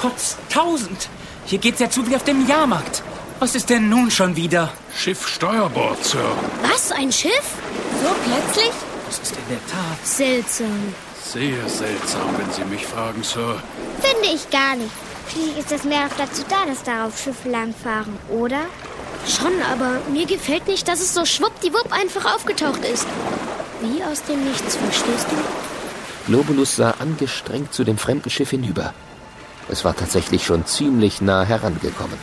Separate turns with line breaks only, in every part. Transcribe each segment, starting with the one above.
Potz, tausend. Hier geht's ja zu wie auf dem Jahrmarkt. Was ist denn nun schon wieder?
Schiff Steuerbord, Sir.
Was? Ein Schiff? So plötzlich?
Das ist in der Tat.
Seltsam.
Sehr seltsam, wenn Sie mich fragen, Sir.
Finde ich gar nicht. Schließlich ist das Meer doch dazu da, dass darauf Schiffe langfahren, oder?
Schon, aber mir gefällt nicht, dass es so schwuppdiwupp einfach aufgetaucht ist. Wie aus dem Nichts, verstehst du?
Globulus sah angestrengt zu dem fremden Schiff hinüber. Es war tatsächlich schon ziemlich nah herangekommen.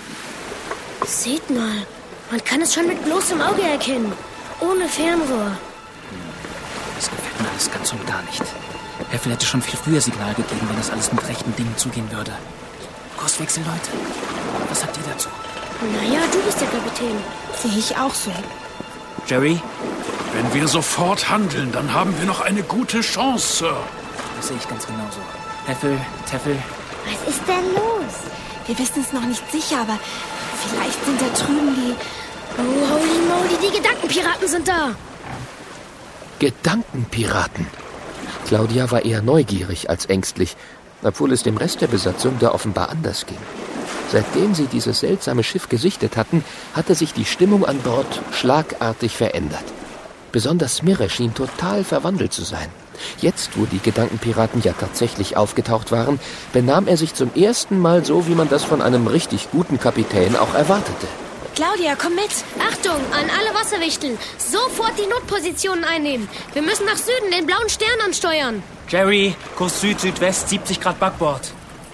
Seht mal, man kann es schon mit bloßem Auge erkennen. Ohne Fernrohr.
Das gefällt mir alles ganz und gar nicht. Heffel hätte schon viel früher Signal gegeben, wenn das alles mit rechten Dingen zugehen würde. Kurswechsel, Leute. Was sagt ihr dazu?
Naja, du bist der Kapitän.
Sehe ich auch so.
Jerry,
Wenn wir sofort handeln, dann haben wir noch eine gute Chance, Sir.
das sehe ich ganz genauso. Heffel, Teffel,
Was ist denn los?
Wir wissen es noch nicht sicher, aber vielleicht sind da drüben die.
Oh, holy moly, die Gedankenpiraten sind da.
Gedankenpiraten. Claudia war eher neugierig als ängstlich, obwohl es dem Rest der Besatzung da offenbar anders ging. Seitdem sie dieses seltsame Schiff gesichtet hatten, hatte sich die Stimmung an Bord schlagartig verändert. Besonders Mirre schien total verwandelt zu sein. Jetzt, wo die Gedankenpiraten ja tatsächlich aufgetaucht waren, benahm er sich zum ersten Mal so, wie man das von einem richtig guten Kapitän auch erwartete.
Claudia, komm mit.
Achtung, an alle Wasserwichteln. Sofort die Notpositionen einnehmen. Wir müssen nach Süden den blauen Stern ansteuern.
Jerry, Kurs Süd-Südwest, 70 Grad Backbord.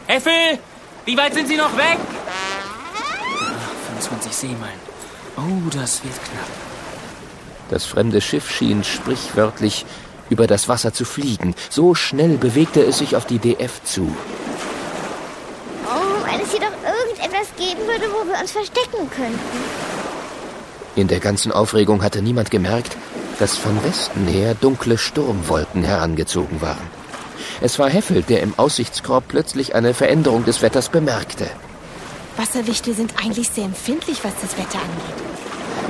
Heffel, wie weit sind Sie noch weg? Ah, 25 Seemeilen. Oh, das wird knapp.
Das fremde Schiff schien sprichwörtlich über das Wasser zu fliegen. So schnell bewegte es sich auf die DF zu.
Oh, wenn es hier doch irgendetwas geben würde, wo wir uns verstecken könnten.
In der ganzen Aufregung hatte niemand gemerkt, dass von Westen her dunkle Sturmwolken herangezogen waren. Es war Heffel, der im Aussichtskorb plötzlich eine Veränderung des Wetters bemerkte.
Wasserwichtel sind eigentlich sehr empfindlich, was das Wetter angeht.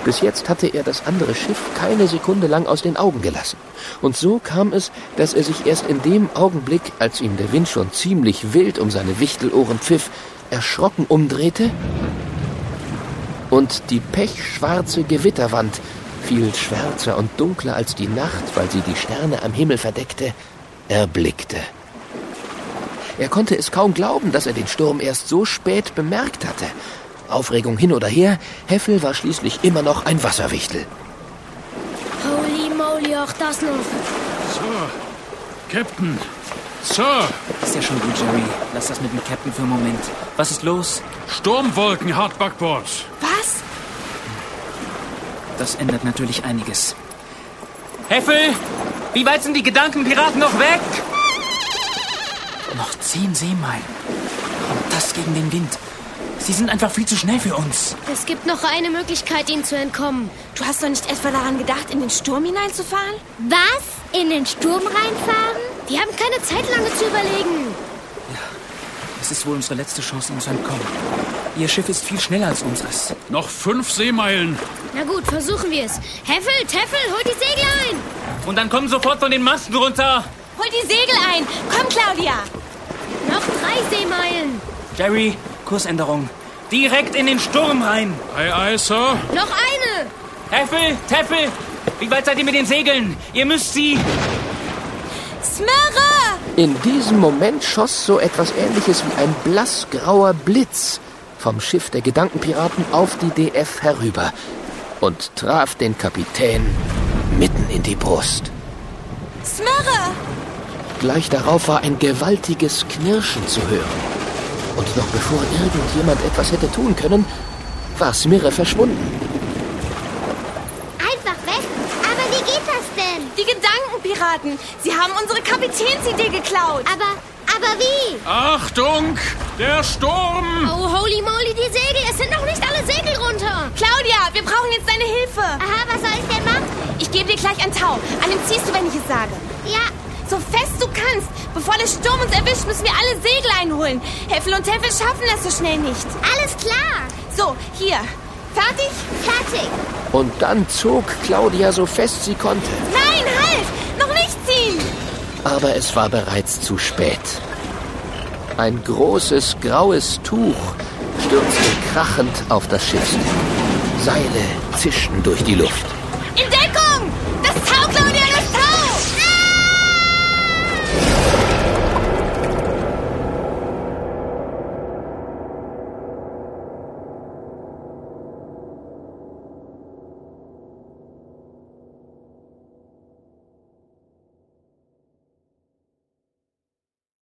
Bis jetzt hatte er das andere Schiff keine Sekunde lang aus den Augen gelassen. Und so kam es, dass er sich erst in dem Augenblick, als ihm der Wind schon ziemlich wild um seine Wichtelohren pfiff, erschrocken umdrehte und die pechschwarze Gewitterwand, viel schwärzer und dunkler als die Nacht, weil sie die Sterne am Himmel verdeckte, erblickte. Er konnte es kaum glauben, dass er den Sturm erst so spät bemerkt hatte. Aufregung hin oder her, Heffel war schließlich immer noch ein Wasserwichtel.
Holy moly, auch das noch.
Sir. Captain. Sir.
Ist ja schon gut, Jerry. Lass das mit dem Captain für einen Moment. Was ist los?
Sturmwolken, hart Backbord.
Was?
Das ändert natürlich einiges. Heffel, wie weit sind die Gedankenpiraten noch weg? Noch zehn Seemeilen. Und das gegen den Wind. Sie sind einfach viel zu schnell für uns.
Es gibt noch eine Möglichkeit, ihnen zu entkommen.
Du hast doch nicht etwa daran gedacht, in den Sturm hineinzufahren?
Was? In den Sturm reinfahren?
Wir haben keine Zeit, lange zu überlegen.
Es ist wohl unsere letzte Chance, ihnen zu entkommen. Ihr Schiff ist viel schneller als unseres.
Noch fünf Seemeilen.
Na gut, versuchen wir es. Heffel, Teffel, holt die Segel ein.
Und dann kommen sofort von den Masten runter.
Hol die Segel ein. Komm, Claudia.
Noch drei Seemeilen.
Jerry, Kursänderung. Direkt in den Sturm rein.
Ei, ei, Sir.
Noch eine.
Heffel, Teffel, wie weit seid ihr mit den Segeln? Ihr müsst sie...
Smirre!
In diesem Moment schoss so etwas ähnliches wie ein blassgrauer Blitz vom Schiff der Gedankenpiraten auf die DF herüber und traf den Kapitän mitten in die Brust.
Smirre!
Gleich darauf war ein gewaltiges Knirschen zu hören. Und noch bevor irgendjemand etwas hätte tun können, war Smirre verschwunden.
Einfach weg? Aber wie geht das denn?
Die Gedankenpiraten. Sie haben unsere Kapitänsidee geklaut.
Aber, aber wie?
Achtung, der Sturm.
Oh, holy moly, die Segel. Es sind noch nicht alle Segel runter.
Claudia, wir brauchen jetzt deine Hilfe.
Aha, was soll ich denn machen?
Ich gebe dir gleich ein Tau. An dem ziehst du, wenn ich es sage.
Ja,
So fest du kannst. Bevor der Sturm uns erwischt, müssen wir alle Segel einholen. Heffel und Teffel schaffen das so schnell nicht.
alles klar.
So, hier. Fertig?
Fertig.
Und dann zog Claudia so fest sie konnte.
Nein, halt! Noch nicht ziehen!
Aber es war bereits zu spät. Ein großes graues Tuch stürzte krachend auf das Schiff. Seile zischten durch die Luft.
In Deckung!